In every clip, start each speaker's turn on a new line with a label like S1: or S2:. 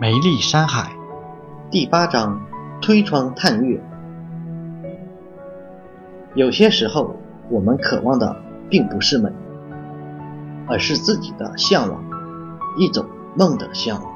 S1: 梅丽山海
S2: 第八章，推窗探月。有些时候，我们渴望的并不是美，而是自己的向往，一种梦的向往；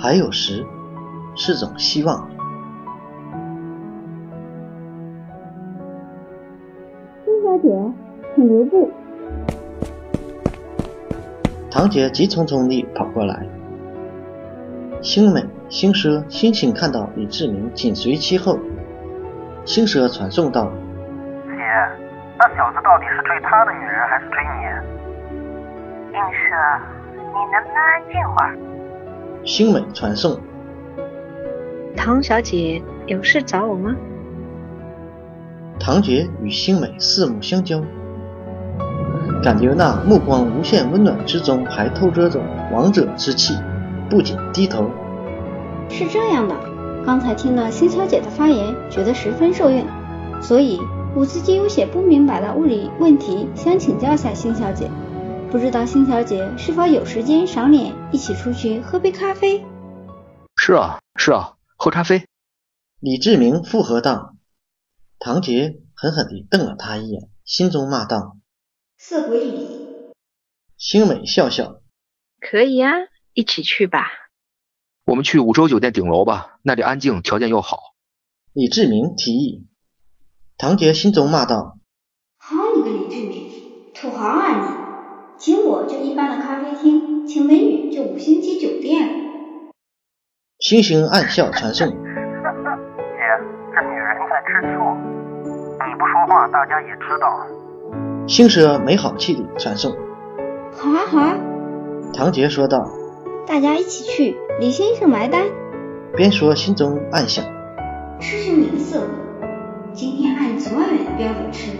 S2: 还有时，是种希望。
S3: 金小姐，请留步。
S2: 堂姐急匆匆地跑过来。星美、星奢、星星看到李志明紧随其后，星奢传送道：“
S4: 姐，那小子到底是追他的女人，还是追你？
S5: 映射，啊你能不能安静会儿？
S2: 星美传送。
S6: 唐小姐有事找我吗？
S2: 堂姐与星美四目相交，感觉那目光无限温暖之中还透着种王者之气，不仅低头，
S3: 是这样的，刚才听了星小姐的发言，觉得十分受用，所以我自己有些不明白的物理问题，想请教下星小姐。不知道星小姐是否有时间赏脸，一起出去喝杯咖啡？
S7: 是啊，是啊，喝咖啡。
S2: 李志明附和道。堂姐狠狠地瞪了他一眼，心中骂道
S8: 色鬼里：“
S2: 星美笑笑，
S6: 可以啊，一起去吧。
S7: 我们去五洲酒店顶楼吧，那里安静，条件又好。
S2: 李志明提议。”堂姐心中骂道
S8: 好你个李志明，土豪啊你！请我这一般的咖啡厅，请美女这五星级酒店。：“
S2: 星星暗笑传送。
S4: 姐，这女人在吃醋。你不说话，大家也知道。”
S2: 星蛇没好气地传送。
S3: 好啊好啊，
S2: 堂姐说道，
S3: 大家一起去，李先生埋单。
S2: 边说心中暗想。
S8: 吃是你的色鬼，今天按昨晚的标准吃。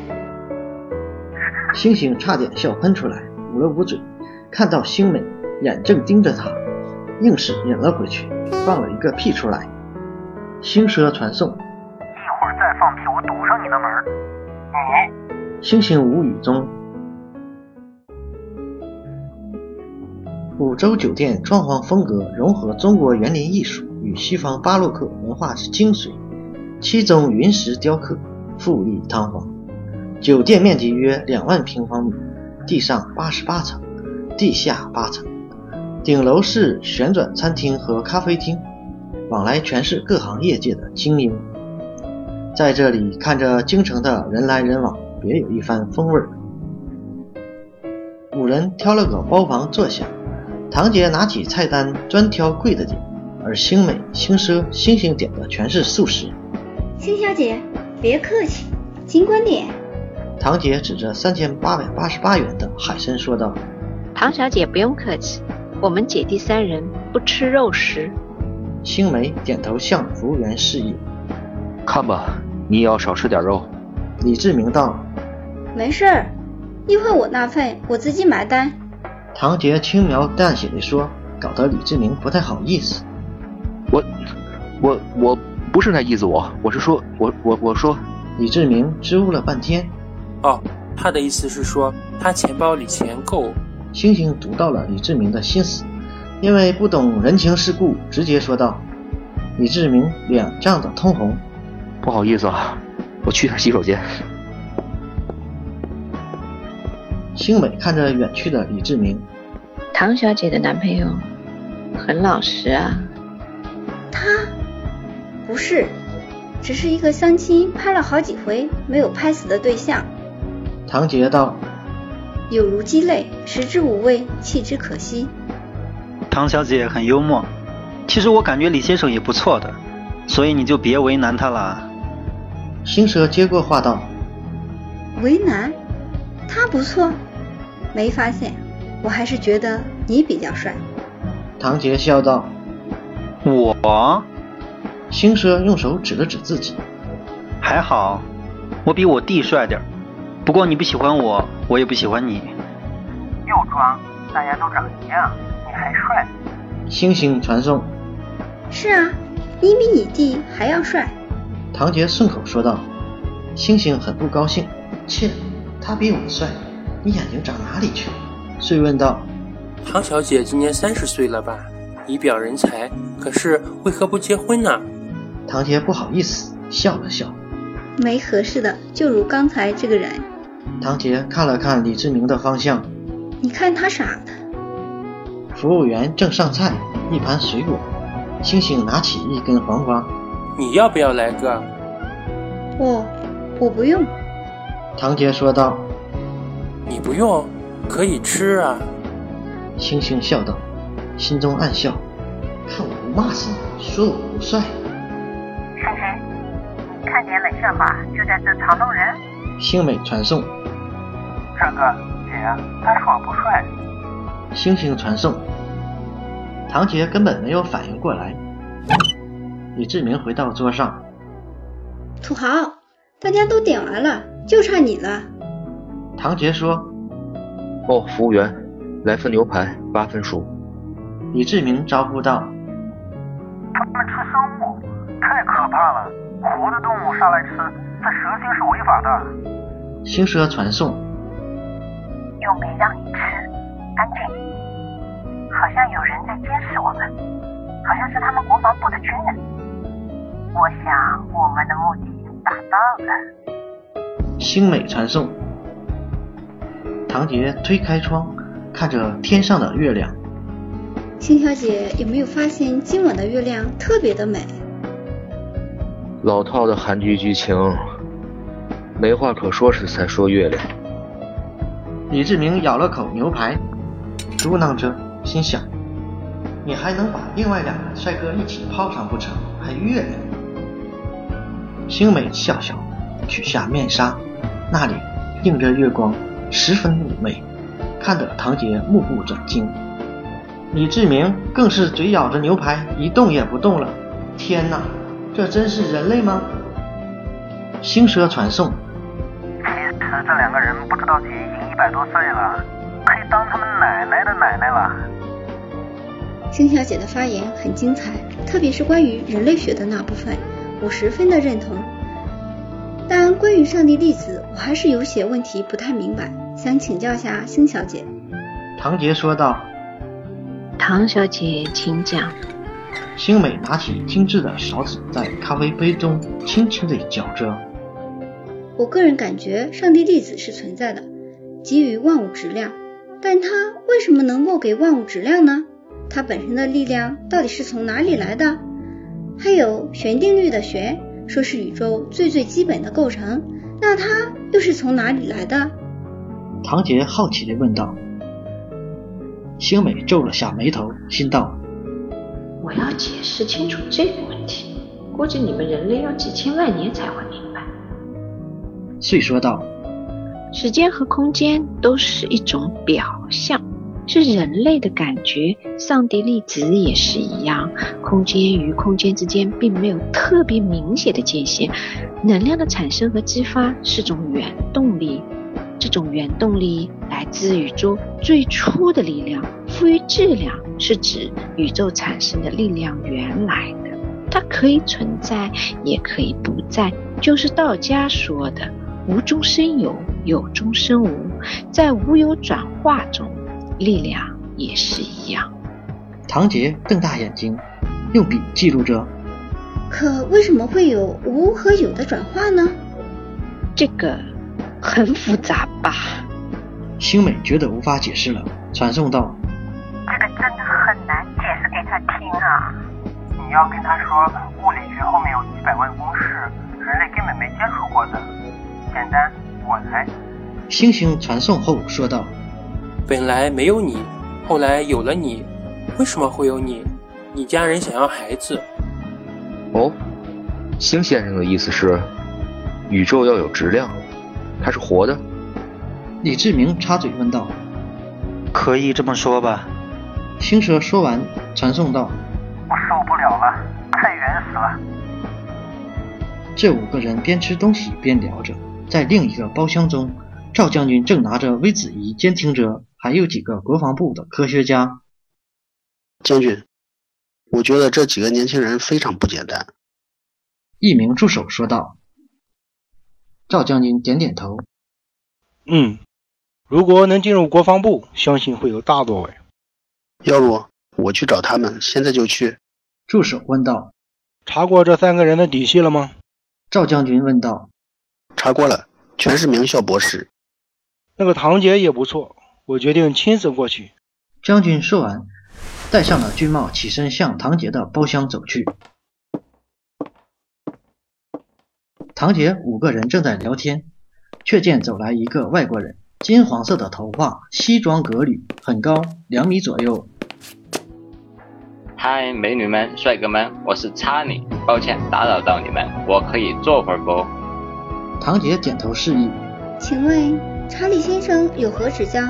S2: 星星差点笑喷出来，捂了捂嘴，看到星美眼正盯着他，硬是忍了回去，放了一个屁出来。星蛇传送，
S4: 一会儿再放屁，我堵上你的门儿。你
S2: 星星无语中。五洲酒店装潢风格融合中国园林艺术与西方巴洛克文化之精髓，其中云石雕刻富丽堂皇。酒店面积约两万平方米，地上八十八层，地下八层。顶楼是旋转餐厅和咖啡厅，往来全是各行业界的精英。在这里看着京城的人来人往，别有一番风味儿。五人挑了个包房坐下，堂姐拿起菜单专挑贵的点，而星美、星奢、星星点的全是素食。
S3: 星小姐，
S8: 别客气，
S3: 尽管点。
S2: 堂姐指着三千八百八十八元的海参说道
S6: 唐小姐不用客气，我们姐弟三人不吃肉食。：“
S2: 星梅点头向服务员示意。
S7: 看吧，你也要少吃点肉。”
S2: 李志明道
S3: 没事儿，一会儿我那份我自己买单。：“
S2: 堂姐轻描淡写的说，搞得李志明不太好意思。
S7: 我，我，我不是那意思我，我是说，我，我，我说，”
S2: 李志明支吾了半天，
S9: 哦，他的意思是说，他钱包里钱够。
S2: 星星读到了李志明的心思，因为不懂人情世故，直接说道：“李志明脸涨得通红。
S7: 不好意思啊，我去趟洗手间。”
S2: 星美看着远去的李志明，
S6: 唐小姐的男朋友很老实啊，
S3: 他不是，只是一个相亲拍了好几回没有拍死的对象，
S2: 唐杰道
S3: 有如鸡肋，食之无味，弃之可惜。
S10: 唐小姐很幽默，其实我感觉李先生也不错的，所以你就别为难他了。：“
S2: 星蛇接过话道，
S3: 为难，他不错，没发现，我还是觉得你比较帅。
S2: 唐杰笑道。”
S10: 我
S2: 星蛇用手指了指自己，
S10: 还好，我比我弟帅点儿。不过你不喜欢我，我也不喜欢你。
S4: 又装，大家都长一样，你还帅。
S2: 星星传送。
S3: 是啊，你比你弟还要帅。
S2: 唐杰顺口说道。星星很不高兴，切，他比我帅，你眼睛长哪里去了？遂问道。
S9: 唐小姐今年三十岁了吧？以表人才，可是为何不结婚呢？
S2: 唐杰不好意思笑了笑。
S3: 没合适的，就如刚才这个人，
S2: 唐杰看了看李志明的方向，
S3: 你看他傻的。
S2: 服务员正上菜，一盘水果。星星拿起一根黄瓜，
S9: 你要不要来个？
S3: 我、哦我不用。
S2: 唐杰说道。
S9: 你不用，可以吃啊。
S2: 星星笑道，心中暗笑，看我不骂死你，说我不帅。
S5: 嘿嘿，你看见了这话，就在这嘲弄人。
S2: 星美传送，
S4: 这个姐，他说我不帅，
S2: 星星传送。唐杰根本没有反应过来。李志明回到桌上，
S3: 土豪，大家都点完了，就差你了。
S2: 唐杰说。
S7: 哦，服务员，来份牛排，八分熟。
S2: 李志明招呼道
S4: 他们吃生物，太可怕了，活的动物杀来吃，在蛇精是违法的。：“
S2: 星蛇传送。
S5: 又没让你吃，安静。好像有人在监视我们，好像是他们国防部的军人。我想我们的目的达到了。”
S2: 星美传送。唐杰推开窗，看着天上的月亮。
S3: 星小姐有没有发现今晚的月亮特别的美？
S7: 老套的韩剧剧情，没话可说时才说月亮。
S2: 李志明咬了口牛排，嘟囔着，心想：“你还能把另外两个帅哥一起泡上不成？还月亮？”星美笑笑，取下面纱，那里映着月光，十分妩媚，看得唐杰目不转睛。李志明更是嘴咬着牛排，一动也不动了。天哪，这真是人类吗？星蛇传送，
S4: 其实这两个人不知道自己已经一百多岁了，可以当他们奶奶的奶奶了。
S3: 星小姐的发言很精彩，特别是关于人类学的那部分，我十分的认同。但关于上帝粒子，我还是有些问题不太明白，想请教下星小姐。
S2: 唐杰说道。
S6: 唐小姐，请讲。
S2: 星美拿起精致的勺子，在咖啡杯中轻轻地搅着。
S3: 我个人感觉上帝粒子是存在的，给予万物质量，但它为什么能够给万物质量呢？它本身的力量到底是从哪里来的？还有弦定律的弦说是宇宙最最基本的构成，那它又是从哪里来的？
S2: 唐杰好奇地问道。星美皱了下眉头，心道
S1: 我要解释清楚这个问题，估计你们人类要几千万年才会明白。：“
S2: 遂说道，
S6: 时间和空间都是一种表象，是人类的感觉。上帝粒子也是一样，空间与空间之间并没有特别明显的界限。能量的产生和激发是种原动力，这种原动力来自宇宙最初的力量。赋予质量是指宇宙产生的力量原来的，它可以存在，也可以不在，就是道家说的。无中生有，有中生无，在无有转化中，力量也是一样。
S2: 唐杰瞪大眼睛，用笔记录着。
S3: 可为什么会有无和有的转化呢？
S6: 这个很复杂吧？
S2: 星美觉得无法解释了，传送道。
S5: 这个真的很难解释给他听啊。
S4: 你要跟他说，物理学后面有几百万公式，人类根本没接触过的。简单，我来。
S2: 星星传送后说道。
S9: 本来没有你，后来有了你，为什么会有你？你家人想要孩子，
S7: 哦，星先生的意思是，宇宙要有质量，它是活的。
S2: 李志明插嘴问道。
S10: 可以这么说吧。
S2: 星蛇说完，传送道。
S4: 我受不了了，太原始了。
S2: 这五个人边吃东西边聊着。在另一个包厢中，赵将军正拿着微子仪监听着，还有几个国防部的科学家。
S11: 将军，我觉得这几个年轻人非常不简单。
S2: 一名助手说道。赵将军点点头。
S12: 嗯，如果能进入国防部，相信会有大作为。
S11: 要不我去找他们，现在就去。
S2: 助手问道：“
S12: 查过这三个人的底细了吗？”
S2: 赵将军问道：“
S11: 查过了，全是名校博士。
S12: 那个堂姐也不错，我决定亲自过去。”
S2: 将军说完，戴上了军帽，起身向堂姐的包厢走去。堂姐五个人正在聊天，却见走来一个外国人，金黄色的头发，西装革履，很高，两米左右。
S13: 嗨，美女们、帅哥们，我是查理，抱歉打扰到你们，我可以坐会儿不？
S2: 堂姐点头示意。
S3: 请问查理先生有何指教？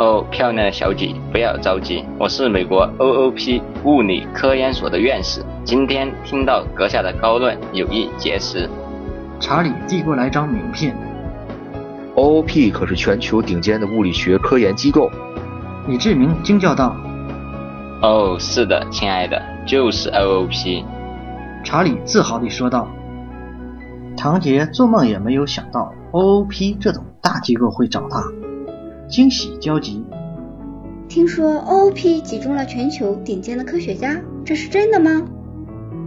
S13: 哦，漂亮的小姐，不要着急，我是美国 OOP 物理科研所的院士，今天听到阁下的高论，有意结识。
S2: 查理递过来张名片。
S7: OOP 可是全球顶尖的物理学科研机构。
S2: 李志明惊叫道。
S13: 哦，是的，亲爱的，就是 OOP。
S2: 查理自豪地说道。唐杰做梦也没有想到 OOP 这种大机构会找他。惊喜交集。
S3: 听说 OOP 集中了全球顶尖的科学家，这是真的吗？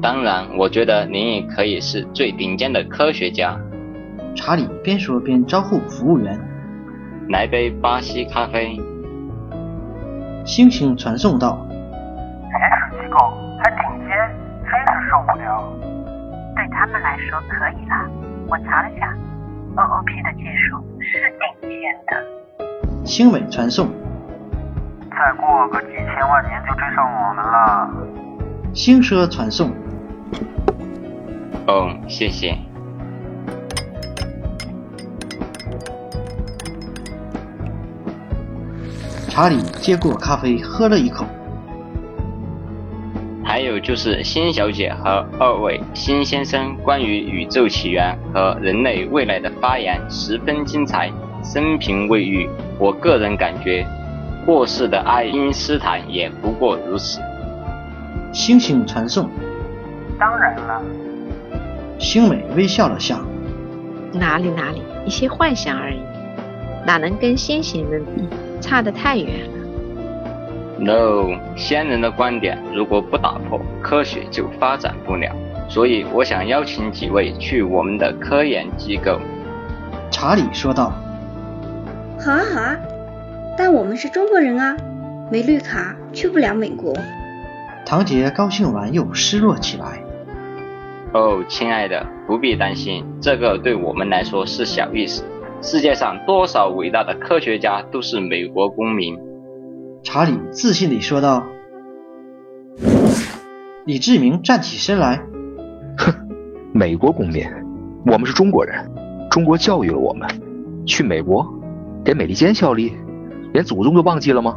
S13: 当然，我觉得您也可以是最顶尖的科学家。
S2: 查理边说边招呼服务员：“
S13: 来杯巴西咖啡。”
S2: 星星传送到：“
S4: 原始机构还顶尖，真是受不了。”
S5: 对他们来说可以了。我查了下，OOP 的技术是顶尖的。
S2: 星伟传送，
S4: 再过个几千万年就追上我们了。
S2: 星奢传送，
S13: 哦，谢谢。
S2: 查理接过咖啡，喝了一口。
S13: 还有就是辛小姐和二位辛先生关于宇宙起源和人类未来的发言十分精彩。生平未遇，我个人感觉，过世的爱因斯坦也不过如此。
S2: 星星传送。
S4: 当然了。
S2: 星美微笑了下。
S6: 哪里哪里，一些幻想而已，哪能跟先贤们比？差得太远了。
S13: No，先人的观点如果不打破，科学就发展不了。所以我想邀请几位去我们的科研机构。
S2: 查理说道。
S3: 好啊好啊，但我们是中国人啊，没绿卡去不了美国。
S2: 堂姐高兴完又失落起来。
S13: 哦，亲爱的，不必担心，这个对我们来说是小意思。世界上多少伟大的科学家都是美国公民。
S2: 查理自信地说道。李志明站起身来，
S7: 哼，美国公民，我们是中国人，中国教育了我们，去美国。给美利坚效力，连祖宗都忘记了吗？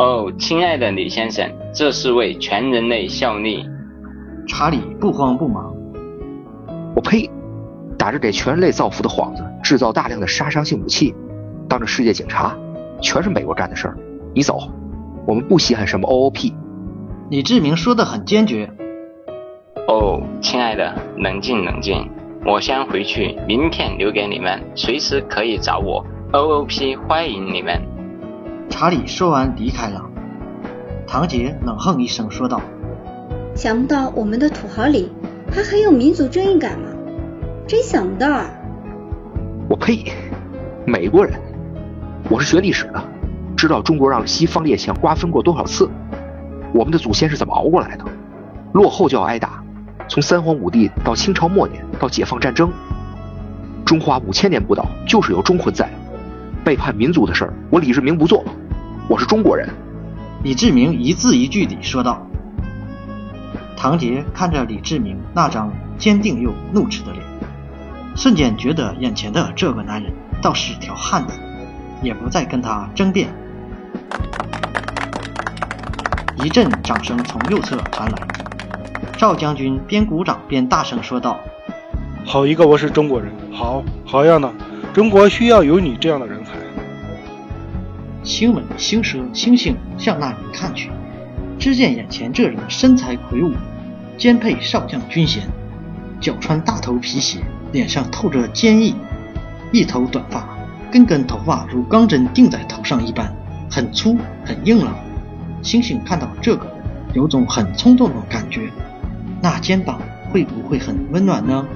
S13: 哦，亲爱的李先生，这是为全人类效力。
S2: 查理不慌不忙。
S7: 我呸！打着给全人类造福的幌子，制造大量的杀伤性武器，当着世界警察，全是美国干的事儿。你走，我们不稀罕什么 OOP。
S2: 李志明说的很坚决。
S13: 哦，亲爱的，冷静冷静。我先回去，名片留给你们，随时可以找我。OOP 欢迎你们。
S2: 查理说完离开了。堂姐冷哼一声说道：“
S3: 想不到我们的土豪里还很有民族正义感嘛，真想不到啊！”
S7: 我呸！美国人，我是学历史的，知道中国让西方列强瓜分过多少次，我们的祖先是怎么熬过来的，落后就要挨打。从三皇五帝到清朝末年，到解放战争，中华五千年不倒，就是有中魂在。背叛民族的事儿，我李志明不做。我是中国人。
S2: 李志明一字一句地说道。唐杰看着李志明那张坚定又怒斥的脸，瞬间觉得眼前的这个男人倒是条汉子，也不再跟他争辩。一阵掌声从右侧传来。赵将军边鼓掌边大声说道：“
S12: 好一个我是中国人，好好样的！中国需要有你这样的人才。”
S2: 星美、星蛇、星星向那里看去，只见眼前这人身材魁梧，肩佩少将军衔，脚穿大头皮鞋，脸上透着坚毅，一头短发，根根头发如钢针钉在头上一般，很粗很硬朗，星星看到这个人，有种很冲动的感觉，那肩膀会不会很温暖呢？